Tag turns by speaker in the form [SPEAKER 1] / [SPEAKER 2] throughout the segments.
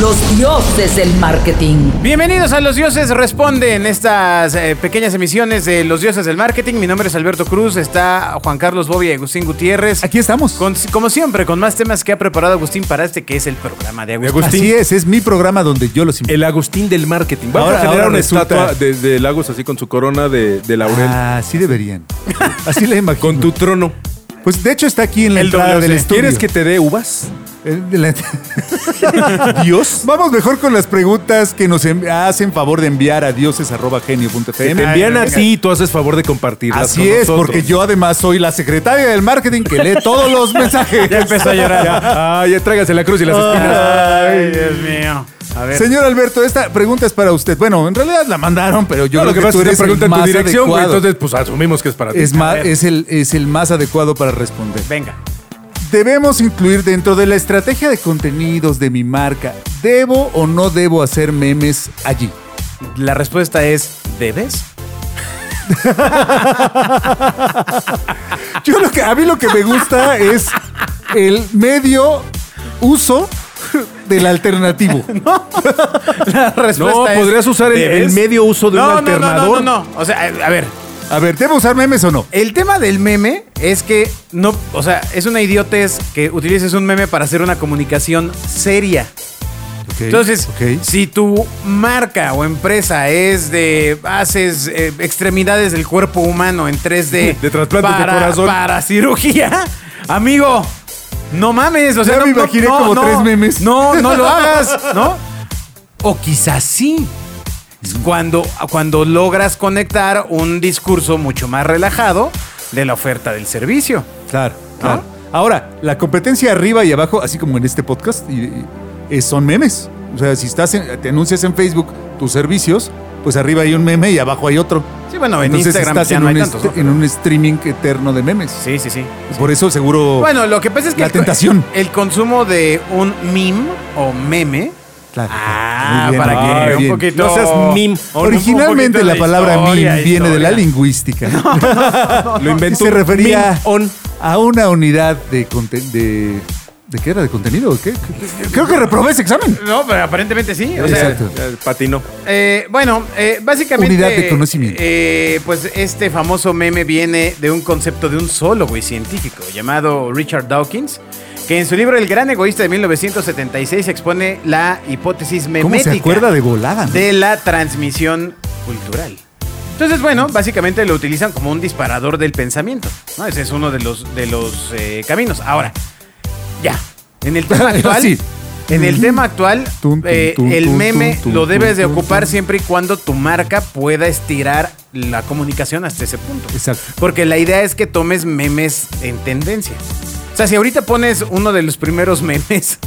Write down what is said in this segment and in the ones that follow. [SPEAKER 1] Los dioses del marketing.
[SPEAKER 2] Bienvenidos a Los Dioses Responden, estas eh, pequeñas emisiones de Los Dioses del Marketing. Mi nombre es Alberto Cruz, está Juan Carlos Bobby y Agustín Gutiérrez.
[SPEAKER 3] Aquí estamos.
[SPEAKER 2] Con- como siempre, con más temas que ha preparado Agustín para este que es el programa de Agustín.
[SPEAKER 4] Agustín.
[SPEAKER 3] Así es, es mi programa donde yo los invito.
[SPEAKER 4] El Agustín del marketing. Vamos
[SPEAKER 3] Ahora-
[SPEAKER 4] a generar
[SPEAKER 3] ahora
[SPEAKER 4] una
[SPEAKER 3] resulta-
[SPEAKER 4] estatua de, de Lagos así con su corona de, de laurel.
[SPEAKER 3] Ah, así deberían. Así la imagino.
[SPEAKER 4] Con tu trono.
[SPEAKER 3] Pues de hecho está aquí en la entrada del estudio.
[SPEAKER 4] ¿Quieres que te dé uvas?
[SPEAKER 3] Eh, de la- Vamos mejor con las preguntas que nos envi- hacen favor de enviar a
[SPEAKER 4] Que
[SPEAKER 3] dioses.genio.fm.
[SPEAKER 4] te envían a
[SPEAKER 3] Ay,
[SPEAKER 4] ti y tú haces favor de compartirlas
[SPEAKER 3] Así
[SPEAKER 4] con
[SPEAKER 3] es,
[SPEAKER 4] nosotros.
[SPEAKER 3] porque yo además soy la secretaria del marketing que lee todos los mensajes.
[SPEAKER 2] Ya empezó a llorar.
[SPEAKER 4] Ya, ay, ya tráigase la cruz y las espinas.
[SPEAKER 2] Ay, Dios mío. A ver.
[SPEAKER 3] Señor Alberto, esta pregunta es para usted. Bueno, en realidad la mandaron, pero yo
[SPEAKER 4] No, lo
[SPEAKER 3] creo
[SPEAKER 4] que
[SPEAKER 3] que,
[SPEAKER 4] pasa
[SPEAKER 3] tú
[SPEAKER 4] es que te
[SPEAKER 3] eres el
[SPEAKER 4] preguntan tu
[SPEAKER 3] más
[SPEAKER 4] dirección, güey.
[SPEAKER 3] adecuado.
[SPEAKER 4] Entonces, pues asumimos que es para ti.
[SPEAKER 3] es, más,
[SPEAKER 2] ver.
[SPEAKER 3] es, el, es el más adecuado para responder.
[SPEAKER 2] Venga.
[SPEAKER 3] Debemos incluir dentro de la estrategia de contenidos de mi marca. ¿Debo o no debo hacer memes allí?
[SPEAKER 2] La respuesta es, ¿debes?
[SPEAKER 3] Yo lo que a mí lo que me gusta es el medio uso del alternativo.
[SPEAKER 2] La respuesta
[SPEAKER 4] No,
[SPEAKER 2] es,
[SPEAKER 4] podrías usar el,
[SPEAKER 2] ¿debes?
[SPEAKER 4] el medio uso de
[SPEAKER 2] No,
[SPEAKER 4] un
[SPEAKER 2] no, no,
[SPEAKER 4] alternador.
[SPEAKER 2] No, no, no, O sea, a ver,
[SPEAKER 3] A ver, ¿debo usar memes o no?
[SPEAKER 2] El tema del meme es que no, o sea, es una idiotez que utilices un meme para hacer una comunicación seria. Entonces, si tu marca o empresa es de haces eh, extremidades del cuerpo humano en 3D
[SPEAKER 4] De trasplantes de
[SPEAKER 2] para,
[SPEAKER 4] corazón.
[SPEAKER 2] para cirugía, amigo, no mames, o sea,
[SPEAKER 3] Ya
[SPEAKER 2] no,
[SPEAKER 3] me
[SPEAKER 2] no-
[SPEAKER 3] imaginé
[SPEAKER 2] no,
[SPEAKER 3] como
[SPEAKER 2] no,
[SPEAKER 3] tres memes.
[SPEAKER 2] No, no lo hagas, ¿no? O quizás sí. Es
[SPEAKER 3] Mm.
[SPEAKER 2] cuando, cuando logras conectar un discurso mucho más relajado de la oferta del servicio.
[SPEAKER 3] Claro, claro. Ahora, la competencia arriba y abajo, así como en este podcast, y- y- es- son memes. O sea, si estás en- te anuncias en Facebook tus servicios, pues arriba hay un meme y abajo hay otro.
[SPEAKER 2] Sí, bueno, en
[SPEAKER 3] Entonces
[SPEAKER 2] Instagram
[SPEAKER 3] estás
[SPEAKER 2] ya
[SPEAKER 3] en,
[SPEAKER 2] no hay
[SPEAKER 3] un
[SPEAKER 2] tantos.
[SPEAKER 3] est-
[SPEAKER 2] ¿no?
[SPEAKER 3] en un streaming eterno de memes.
[SPEAKER 2] Sí, sí, sí.
[SPEAKER 3] Por eso seguro.
[SPEAKER 2] Bueno, lo que pasa es que
[SPEAKER 3] La
[SPEAKER 2] el co-
[SPEAKER 3] tentación.
[SPEAKER 2] El consumo de un meme o meme.
[SPEAKER 3] Claro, claro.
[SPEAKER 2] Ah,
[SPEAKER 3] Muy bien,
[SPEAKER 2] para
[SPEAKER 3] muy
[SPEAKER 2] que un
[SPEAKER 3] bien.
[SPEAKER 2] poquito.
[SPEAKER 4] No seas meme.
[SPEAKER 2] un poquito
[SPEAKER 3] Originalmente
[SPEAKER 2] de
[SPEAKER 3] la palabra
[SPEAKER 2] historia,
[SPEAKER 3] meme viene de la
[SPEAKER 2] historia.
[SPEAKER 3] lingüística.
[SPEAKER 4] Lo
[SPEAKER 3] Y
[SPEAKER 4] inventó
[SPEAKER 3] se refería
[SPEAKER 4] on.
[SPEAKER 3] a una unidad de conten- de ¿De qué era? ¿De contenido? o ¿Qué? Creo que reprobé ese examen.
[SPEAKER 2] No, pero aparentemente sí. O sea,
[SPEAKER 3] Exacto.
[SPEAKER 4] Eh, Patinó.
[SPEAKER 2] Eh, bueno, eh, básicamente.
[SPEAKER 3] Unidad de conocimiento.
[SPEAKER 2] eh, pues este famoso meme viene de un concepto de un solo güey científico llamado Richard Dawkins, que en su libro El gran egoísta de 1976 expone la hipótesis
[SPEAKER 3] ¿Cómo
[SPEAKER 2] memética
[SPEAKER 3] se acuerda de volada? no?
[SPEAKER 2] de la transmisión cultural. Entonces, bueno, básicamente lo utilizan como un disparador del pensamiento. ¿no? Ese es uno de los, de los eh, caminos. Ahora, ya. En el tema actual.
[SPEAKER 3] Sí.
[SPEAKER 2] En el tema actual,
[SPEAKER 3] Tun, tun,
[SPEAKER 2] eh,
[SPEAKER 3] tun,
[SPEAKER 2] el
[SPEAKER 3] tun,
[SPEAKER 2] meme
[SPEAKER 3] tun, tun,
[SPEAKER 2] lo debes de
[SPEAKER 3] tun, tun,
[SPEAKER 2] ocupar
[SPEAKER 3] tun.
[SPEAKER 2] siempre y cuando tu marca pueda estirar la comunicación hasta ese punto.
[SPEAKER 3] Exacto.
[SPEAKER 2] Porque la idea es que tomes memes en tendencia. O sea, si ahorita pones uno de los primeros memes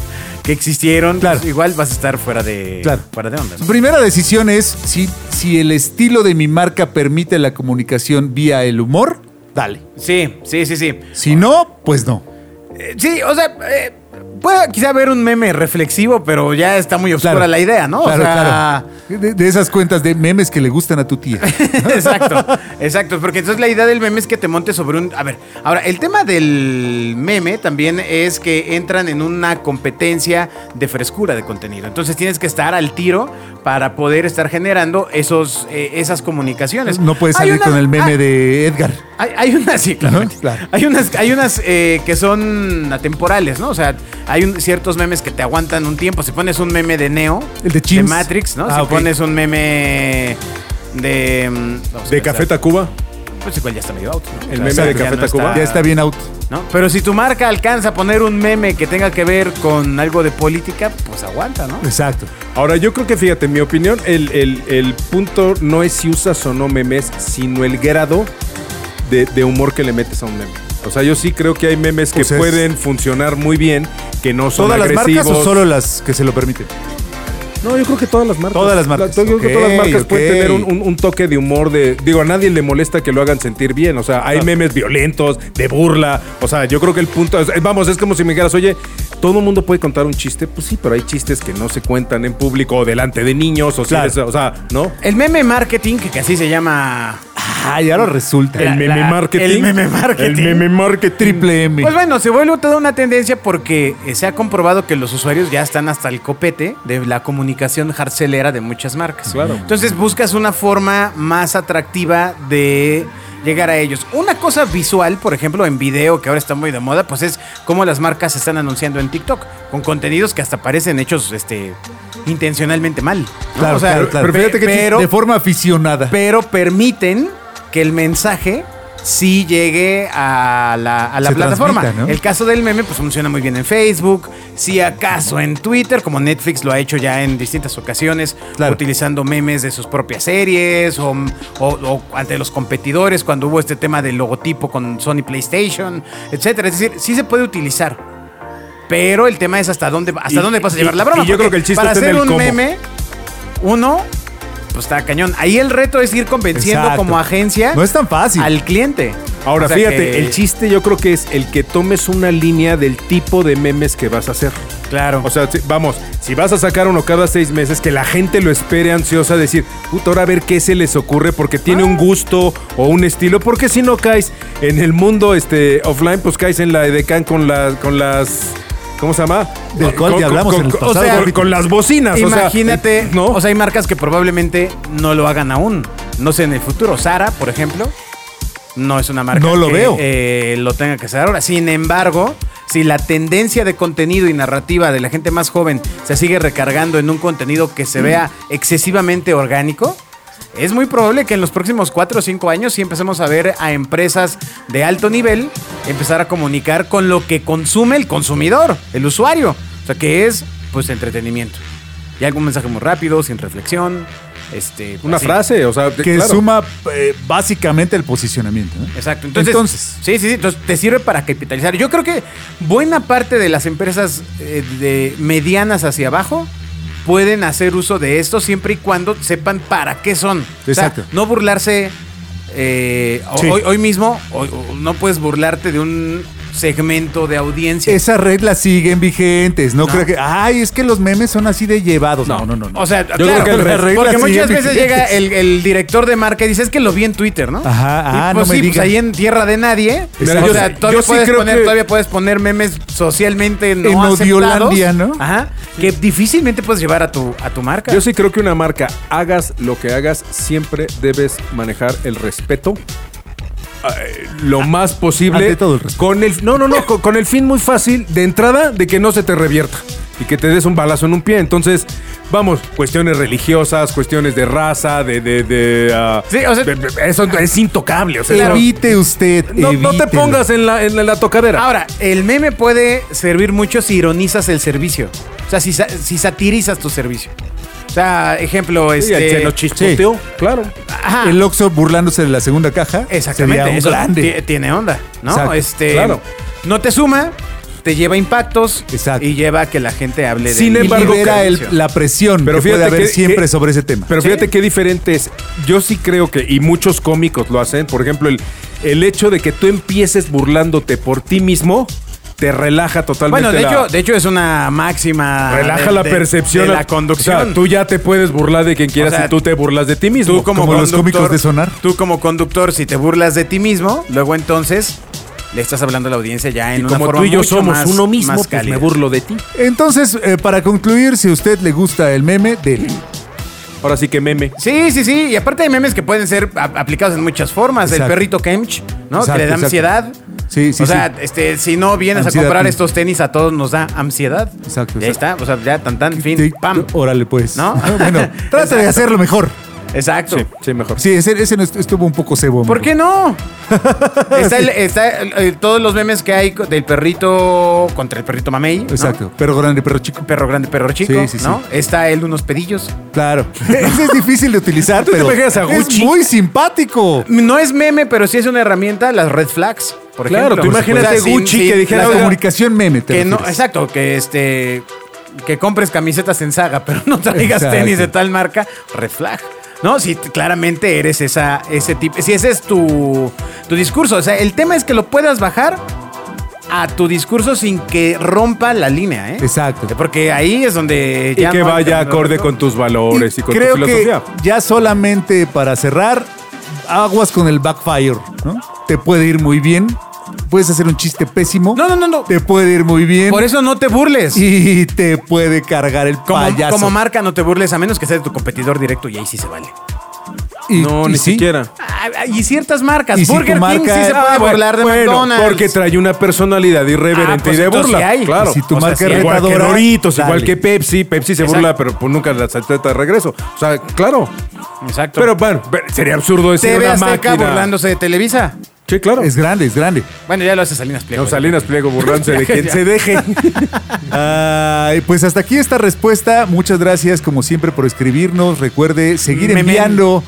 [SPEAKER 2] que existieron,
[SPEAKER 3] Claro.
[SPEAKER 2] pues igual vas a estar fuera de,
[SPEAKER 3] Claro.
[SPEAKER 2] fuera de onda. ¿no?
[SPEAKER 3] Su primera decisión es si, si el estilo de mi marca permite la comunicación vía el humor, dale.
[SPEAKER 2] Sí, sí, sí, sí.
[SPEAKER 3] Si no, pues no.
[SPEAKER 2] Eh, sí, o sea, eh, puede quizá haber un meme reflexivo, pero ya está muy oscura
[SPEAKER 3] Claro.
[SPEAKER 2] la idea, ¿no?
[SPEAKER 3] Claro,
[SPEAKER 2] o sea,
[SPEAKER 3] claro. De, de esas cuentas de memes que le gustan a tu tía.
[SPEAKER 2] exacto, exacto. Porque entonces la idea del meme es que te montes sobre un. A ver, ahora, el tema del meme también es que entran en una competencia de frescura de contenido. Entonces tienes que estar al tiro para poder estar generando esos, eh, esas comunicaciones.
[SPEAKER 3] No puedes
[SPEAKER 2] Hay
[SPEAKER 3] salir
[SPEAKER 2] una-
[SPEAKER 3] con el meme
[SPEAKER 2] ah,
[SPEAKER 3] de Edgar.
[SPEAKER 2] Hay, hay unas, sí, claramente.
[SPEAKER 3] Claro.
[SPEAKER 2] Hay unas, hay unas eh, que son atemporales, ¿no? O sea, hay un- ciertos memes que te aguantan un tiempo. Si pones un meme de Neo,
[SPEAKER 3] El de Chimps.
[SPEAKER 2] Matrix, ¿no?
[SPEAKER 3] Ah,
[SPEAKER 2] si
[SPEAKER 3] ok.
[SPEAKER 2] pones un meme de. mm, vamos a
[SPEAKER 4] De
[SPEAKER 2] pensar.
[SPEAKER 4] Café Tacuba.
[SPEAKER 2] Pues igual ya está medio out. ¿no?
[SPEAKER 4] El meme de
[SPEAKER 2] ya
[SPEAKER 4] Café
[SPEAKER 2] no
[SPEAKER 4] Tacuba.
[SPEAKER 3] Ya está bien out.
[SPEAKER 2] ¿no? Pero si tu marca alcanza a poner un meme que tenga que ver con algo de política, pues aguanta, ¿no?
[SPEAKER 3] Exacto.
[SPEAKER 4] Ahora, yo creo que, fíjate, en mi opinión, el, el- el punto no es si usas o no memes, sino el grado de, de humor que le metes a un meme. O sea, yo sí creo que hay memes que
[SPEAKER 3] Pues es-
[SPEAKER 4] pueden funcionar muy bien, que no son
[SPEAKER 3] ¿Todas las
[SPEAKER 4] agresivos.
[SPEAKER 3] marcas o solo las que se lo permiten?
[SPEAKER 4] No, yo creo que todas las marcas.
[SPEAKER 3] Todas las marcas.
[SPEAKER 4] La- yo creo que todas las
[SPEAKER 3] Ok,
[SPEAKER 4] marcas pueden
[SPEAKER 3] ok.
[SPEAKER 4] tener un, un- un toque de humor de. Digo, a nadie le molesta que lo hagan sentir bien. O sea, hay memes violentos, de burla. O sea, yo creo que el punto. es- vamos, es como si me dijeras, oye, todo el mundo puede contar un chiste. Pues sí, pero hay chistes que no se cuentan en público o delante de niños. O, sí,
[SPEAKER 3] Claro.
[SPEAKER 4] es- o sea, ¿no?
[SPEAKER 2] El meme marketing, que así se llama
[SPEAKER 3] Ah, y ahora resulta.
[SPEAKER 4] El meme marketing.
[SPEAKER 2] el meme marketing.
[SPEAKER 4] El meme marketing.
[SPEAKER 3] triple M.
[SPEAKER 2] Pues bueno, se vuelve toda una tendencia porque eh, se ha comprobado que los usuarios ya están hasta el copete de la comunicación jarcelera de muchas marcas.
[SPEAKER 4] Claro.
[SPEAKER 2] Entonces buscas una forma más atractiva de llegar a ellos. Una cosa visual, por ejemplo, en video, que ahora está muy de moda, pues es cómo las marcas se están anunciando en TikTok, con contenidos que hasta parecen hechos este, intencionalmente mal. ¿no?
[SPEAKER 3] claro,
[SPEAKER 2] O sea,
[SPEAKER 3] claro, claro.
[SPEAKER 2] pe-
[SPEAKER 3] Pero fíjate que
[SPEAKER 2] pero-
[SPEAKER 3] de forma aficionada.
[SPEAKER 2] pero permiten que el mensaje sí llegue a la, a la
[SPEAKER 3] Se
[SPEAKER 2] plataforma.
[SPEAKER 3] transmita, ¿no?
[SPEAKER 2] El caso del meme pues funciona muy bien en Facebook, si acaso en Twitter, como Netflix lo ha hecho ya en distintas ocasiones,
[SPEAKER 3] Claro.
[SPEAKER 2] utilizando memes de sus propias series o, o- o ante los competidores cuando hubo este tema del logotipo con Sony PlayStation, etcétera. Es decir, sí se puede utilizar. Pero el tema es hasta dónde, hasta
[SPEAKER 4] Y-
[SPEAKER 2] dónde vas a
[SPEAKER 4] y-
[SPEAKER 2] llevar la broma.
[SPEAKER 4] y yo creo
[SPEAKER 2] porque
[SPEAKER 4] que el chiste
[SPEAKER 2] para
[SPEAKER 4] está en
[SPEAKER 2] hacer
[SPEAKER 4] el
[SPEAKER 2] un
[SPEAKER 4] cómo.
[SPEAKER 2] meme, uno, pues está cañón. Ahí el reto es ir convenciendo
[SPEAKER 3] Exacto.
[SPEAKER 2] como agencia
[SPEAKER 3] No es tan fácil.
[SPEAKER 2] al cliente.
[SPEAKER 4] Ahora,
[SPEAKER 2] O sea
[SPEAKER 4] fíjate,
[SPEAKER 2] que-
[SPEAKER 4] el chiste yo creo que es el que tomes una línea del tipo de memes que vas a hacer.
[SPEAKER 2] Claro.
[SPEAKER 4] O sea, si- vamos, si vas a sacar uno cada seis meses, que la gente lo espere ansiosa, decir, puta, ahora a ver qué se les ocurre, porque tiene
[SPEAKER 3] Ah.
[SPEAKER 4] un gusto o un estilo, porque si no caes en el mundo este, offline, pues caes en la Edecán con, las con las... ¿Cómo se llama?
[SPEAKER 3] Del
[SPEAKER 4] Con-
[SPEAKER 3] cual
[SPEAKER 4] con-
[SPEAKER 3] ya hablamos
[SPEAKER 4] con-
[SPEAKER 3] en el
[SPEAKER 4] con-
[SPEAKER 3] pasado
[SPEAKER 4] o sea, con,
[SPEAKER 3] capítulo.
[SPEAKER 4] con las bocinas. o sea,
[SPEAKER 2] Imagínate,
[SPEAKER 4] eh, ¿no?
[SPEAKER 2] o sea, hay marcas que probablemente no lo hagan aún. No sé, en el futuro, Sara, por ejemplo, no es una marca
[SPEAKER 3] No lo
[SPEAKER 2] que
[SPEAKER 3] veo.
[SPEAKER 2] eh, lo tenga que hacer ahora. Sin embargo, si la tendencia de contenido y narrativa de la gente más joven se sigue recargando en un contenido que se vea excesivamente orgánico, es muy probable que en los próximos 4 o 5 años sí empecemos a ver a empresas de alto nivel empezar a comunicar con lo que consume el consumidor, el usuario. O sea, que es, pues, entretenimiento. Y algún mensaje muy rápido, sin reflexión. Este,
[SPEAKER 4] una
[SPEAKER 2] así.
[SPEAKER 4] frase, o sea, de-
[SPEAKER 3] que
[SPEAKER 4] claro.
[SPEAKER 3] suma eh, básicamente el posicionamiento. ¿no?
[SPEAKER 2] Exacto. Entonces,
[SPEAKER 3] Entonces.
[SPEAKER 2] Sí, sí, sí. Entonces te sirve para capitalizar. Yo creo que buena parte de las empresas eh, de medianas hacia abajo pueden hacer uso de esto siempre y cuando sepan para qué son. O sea,
[SPEAKER 3] Exacto.
[SPEAKER 2] no burlarse. eh, o-
[SPEAKER 3] Sí.
[SPEAKER 2] hoy, hoy mismo hoy- o- no puedes burlarte de un segmento de audiencia.
[SPEAKER 3] Esas reglas siguen vigentes. No,
[SPEAKER 2] No.
[SPEAKER 3] creo que. Ay, es que los memes son así de llevados. No, no, no. no.
[SPEAKER 2] O sea,
[SPEAKER 4] creo
[SPEAKER 2] claro,
[SPEAKER 4] que el
[SPEAKER 2] porque
[SPEAKER 3] regla
[SPEAKER 2] porque
[SPEAKER 3] sigue
[SPEAKER 2] muchas veces
[SPEAKER 3] vigente.
[SPEAKER 2] llega el, el director de marca y dice, es que lo vi en Twitter, ¿no?
[SPEAKER 3] Ajá,
[SPEAKER 2] Y
[SPEAKER 3] ah,
[SPEAKER 2] pues
[SPEAKER 3] no me
[SPEAKER 2] sí,
[SPEAKER 3] digas.
[SPEAKER 2] pues ahí en tierra de nadie.
[SPEAKER 4] Mira,
[SPEAKER 2] o
[SPEAKER 4] yo-
[SPEAKER 2] sea,
[SPEAKER 4] yo
[SPEAKER 2] todavía,
[SPEAKER 4] sí
[SPEAKER 2] puedes
[SPEAKER 4] creo
[SPEAKER 2] poner,
[SPEAKER 4] que-
[SPEAKER 2] todavía puedes poner memes socialmente no
[SPEAKER 3] En
[SPEAKER 2] aceptados.
[SPEAKER 3] Odiolandia, ¿no?
[SPEAKER 2] Ajá, que difícilmente puedes llevar a tu, a tu marca.
[SPEAKER 4] Yo sí creo que una marca, hagas lo que hagas, siempre debes manejar el respeto eh, lo más posible
[SPEAKER 3] ante todo el respeto.
[SPEAKER 4] con el no no no con, con el fin muy fácil de entrada de que no se te revierta y que te des un balazo en un pie entonces vamos cuestiones religiosas cuestiones de raza de de, de, ah,
[SPEAKER 2] Sí, o sea-
[SPEAKER 4] de- de- eso es intocable o sea, no-
[SPEAKER 3] Evite usted.
[SPEAKER 4] no, no te
[SPEAKER 3] evítelo.
[SPEAKER 4] pongas en la en la tocadera
[SPEAKER 2] Ahora, el meme puede servir mucho si ironizas el servicio. O sea, si, sa- si satirizas tu servicio. O sea, ejemplo,
[SPEAKER 4] Sí,
[SPEAKER 2] este...
[SPEAKER 4] ahí se lo chispoteó, claro
[SPEAKER 2] Ajá.
[SPEAKER 3] El Oxxo burlándose de la segunda caja.
[SPEAKER 2] Exactamente.
[SPEAKER 3] Sería un
[SPEAKER 2] eso ti-
[SPEAKER 3] grande.
[SPEAKER 2] Tiene onda, ¿no?
[SPEAKER 3] Exacto,
[SPEAKER 2] este,
[SPEAKER 4] claro.
[SPEAKER 2] No te suma, te lleva a impactos
[SPEAKER 3] Exacto.
[SPEAKER 2] y lleva a que la gente hable de
[SPEAKER 4] Sin
[SPEAKER 2] él.
[SPEAKER 3] Y
[SPEAKER 4] embargo,
[SPEAKER 3] libera el-
[SPEAKER 2] servicio.
[SPEAKER 3] la presión
[SPEAKER 4] Pero
[SPEAKER 3] que puede
[SPEAKER 4] fíjate
[SPEAKER 3] haber
[SPEAKER 4] que-
[SPEAKER 3] siempre
[SPEAKER 4] que-
[SPEAKER 3] sobre ese tema.
[SPEAKER 4] Pero fíjate qué diferente es. Yo sí creo que, y muchos cómicos lo hacen, por ejemplo, el, el hecho de que tú empieces burlándote por ti mismo, te relaja totalmente.
[SPEAKER 2] Bueno, de
[SPEAKER 4] la-
[SPEAKER 2] hecho, de hecho es una máxima.
[SPEAKER 4] relaja
[SPEAKER 2] de-
[SPEAKER 4] la
[SPEAKER 2] de-
[SPEAKER 4] percepción.
[SPEAKER 2] De la
[SPEAKER 4] O sea,
[SPEAKER 2] conducción.
[SPEAKER 4] tú ya te puedes burlar de quien quieras
[SPEAKER 2] O sea,
[SPEAKER 4] y tú te burlas de ti mismo.
[SPEAKER 2] Tú como,
[SPEAKER 3] Como los
[SPEAKER 2] conductor-
[SPEAKER 3] cómicos de Sonar.
[SPEAKER 2] Tú como conductor, si te burlas de ti mismo, luego entonces le estás hablando a la audiencia ya en
[SPEAKER 4] y
[SPEAKER 2] una
[SPEAKER 4] como
[SPEAKER 2] forma
[SPEAKER 4] tú y yo
[SPEAKER 2] mucho
[SPEAKER 4] somos
[SPEAKER 2] más-
[SPEAKER 4] uno mismo,
[SPEAKER 2] más
[SPEAKER 4] pues me
[SPEAKER 2] cálida.
[SPEAKER 4] burlo de ti.
[SPEAKER 3] Entonces, eh, para concluir, si a usted le gusta el meme, dele.
[SPEAKER 4] Ahora sí que meme.
[SPEAKER 2] Sí, sí, sí. Y aparte hay memes que pueden ser a- aplicados en muchas formas. El
[SPEAKER 3] Exacto.
[SPEAKER 2] perrito Kemch, ¿no?
[SPEAKER 3] Exacto,
[SPEAKER 2] que le da
[SPEAKER 3] exacto.
[SPEAKER 2] ansiedad.
[SPEAKER 3] Sí, sí,
[SPEAKER 2] O sea,
[SPEAKER 3] sí.
[SPEAKER 2] este, si no vienes
[SPEAKER 3] Ansiedad,
[SPEAKER 2] a comprar
[SPEAKER 3] sí.
[SPEAKER 2] estos tenis, a todos nos da ansiedad.
[SPEAKER 3] Exacto,
[SPEAKER 2] Ya está. O sea, ya tan tan, fin,
[SPEAKER 3] Sí,
[SPEAKER 2] pam.
[SPEAKER 3] Órale, pues.
[SPEAKER 2] ¿No?
[SPEAKER 3] bueno, trata de
[SPEAKER 2] Exacto.
[SPEAKER 3] hacerlo mejor.
[SPEAKER 2] Exacto.
[SPEAKER 4] Sí, sí, mejor.
[SPEAKER 3] Sí, ese, ese no est- estuvo un poco cebo.
[SPEAKER 2] ¿Por
[SPEAKER 3] amigo.
[SPEAKER 2] qué no? está el- está el- el- todos los memes que hay co- del perrito contra el perrito mamey. ¿no?
[SPEAKER 3] Exacto. Perro grande, perro chico.
[SPEAKER 2] Perro grande, perro chico,
[SPEAKER 3] Sí, sí, sí.
[SPEAKER 2] ¿no? Está él unos pedillos.
[SPEAKER 3] Claro. Ese es difícil de utilizar,
[SPEAKER 4] ¿Tú te
[SPEAKER 3] pero
[SPEAKER 4] imaginas a
[SPEAKER 3] es
[SPEAKER 4] Gucci?
[SPEAKER 3] muy simpático.
[SPEAKER 2] No es meme, pero sí es una herramienta, las red flags, por
[SPEAKER 4] Claro,
[SPEAKER 2] ejemplo.
[SPEAKER 4] tú
[SPEAKER 2] Por
[SPEAKER 4] imagínate
[SPEAKER 2] supuesto.
[SPEAKER 4] Gucci que dijera,
[SPEAKER 3] La
[SPEAKER 4] oiga,
[SPEAKER 3] comunicación meme, te
[SPEAKER 2] que no,
[SPEAKER 3] refieres.
[SPEAKER 2] exacto, que este que compres camisetas en saga, pero no traigas
[SPEAKER 3] Exacto.
[SPEAKER 2] tenis de tal marca, red flag. No, si t- claramente eres esa, ese tipo, si ese es tu, tu discurso. O sea, el tema es que lo puedas bajar a tu discurso sin que rompa la línea, ¿eh?
[SPEAKER 3] Exacto.
[SPEAKER 2] Porque ahí es donde
[SPEAKER 4] Y que
[SPEAKER 2] no-
[SPEAKER 4] vaya acorde con tus valores y, con
[SPEAKER 3] creo
[SPEAKER 4] tu filosofía.
[SPEAKER 3] que ya solamente para cerrar, aguas con el backfire, ¿no? Te puede ir muy bien, puedes hacer un chiste pésimo.
[SPEAKER 2] No, no, no, no.
[SPEAKER 3] Te puede ir muy bien.
[SPEAKER 2] Por eso no te burles.
[SPEAKER 3] Y te puede cargar el
[SPEAKER 2] como,
[SPEAKER 3] payaso.
[SPEAKER 2] como marca no te burles, a menos que sea de tu competidor directo y ahí sí se vale.
[SPEAKER 3] Y-
[SPEAKER 4] No,
[SPEAKER 3] y
[SPEAKER 4] ni
[SPEAKER 3] sí.
[SPEAKER 4] siquiera.
[SPEAKER 2] Ah, ah, y ciertas marcas.
[SPEAKER 3] Y si tu
[SPEAKER 2] Burger King
[SPEAKER 3] marca-
[SPEAKER 2] sí se
[SPEAKER 3] Ah,
[SPEAKER 2] puede
[SPEAKER 3] bueno,
[SPEAKER 2] burlar de
[SPEAKER 4] bueno,
[SPEAKER 2] McDonald's.
[SPEAKER 4] Porque trae una personalidad irreverente
[SPEAKER 2] Ah, pues
[SPEAKER 4] y de
[SPEAKER 2] entonces
[SPEAKER 4] burla.
[SPEAKER 2] sí hay.
[SPEAKER 4] Claro.
[SPEAKER 3] Y si tu
[SPEAKER 4] O sea,
[SPEAKER 3] marca
[SPEAKER 4] sí,
[SPEAKER 3] es
[SPEAKER 4] igual que
[SPEAKER 3] retadora,
[SPEAKER 4] Doritos,
[SPEAKER 3] dale.
[SPEAKER 4] igual que Pepsi, Pepsi se
[SPEAKER 2] Exacto.
[SPEAKER 4] burla, pero pues, nunca la acepta de regreso. O sea, claro.
[SPEAKER 2] Exacto.
[SPEAKER 4] Pero bueno, pero sería absurdo decir
[SPEAKER 2] TV
[SPEAKER 4] una
[SPEAKER 2] Azteca
[SPEAKER 4] máquina.
[SPEAKER 2] burlándose de Televisa.
[SPEAKER 4] Sí, claro.
[SPEAKER 3] Es grande, es grande.
[SPEAKER 2] Bueno, ya lo hace Salinas Pliego.
[SPEAKER 4] no, Salinas Pliego burlándose de quien
[SPEAKER 2] Ya.
[SPEAKER 4] se deje.
[SPEAKER 3] Ay, pues hasta aquí esta respuesta. Muchas gracias, como siempre, por escribirnos. Recuerde seguir
[SPEAKER 2] Memen.
[SPEAKER 3] enviando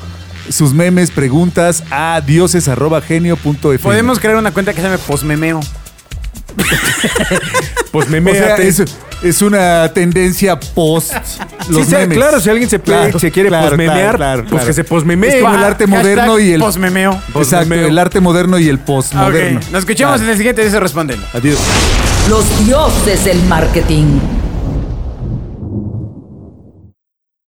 [SPEAKER 3] sus memes, preguntas a dioses.genio.fm.
[SPEAKER 2] Podemos crear una cuenta que se llame Posmemeo.
[SPEAKER 4] Pues
[SPEAKER 3] O sea,
[SPEAKER 4] memeate.
[SPEAKER 3] es, es una tendencia post los
[SPEAKER 4] sí, sí,
[SPEAKER 3] memes.
[SPEAKER 4] claro, si alguien se, puede-
[SPEAKER 3] Claro,
[SPEAKER 4] se quiere
[SPEAKER 3] claro,
[SPEAKER 4] posmemear,
[SPEAKER 3] claro, claro,
[SPEAKER 4] pues
[SPEAKER 3] claro.
[SPEAKER 4] que se posmemee.
[SPEAKER 3] Es como el
[SPEAKER 2] Ah,
[SPEAKER 3] arte
[SPEAKER 2] hashtag
[SPEAKER 3] moderno y el.
[SPEAKER 2] Posmemeo.
[SPEAKER 3] Exacto,
[SPEAKER 4] posmemeo.
[SPEAKER 3] el arte moderno y el
[SPEAKER 2] Ah, ok.
[SPEAKER 3] postmoderno.
[SPEAKER 2] Nos escuchamos en el siguiente, se responden.
[SPEAKER 3] Adiós.
[SPEAKER 1] Los dioses del marketing.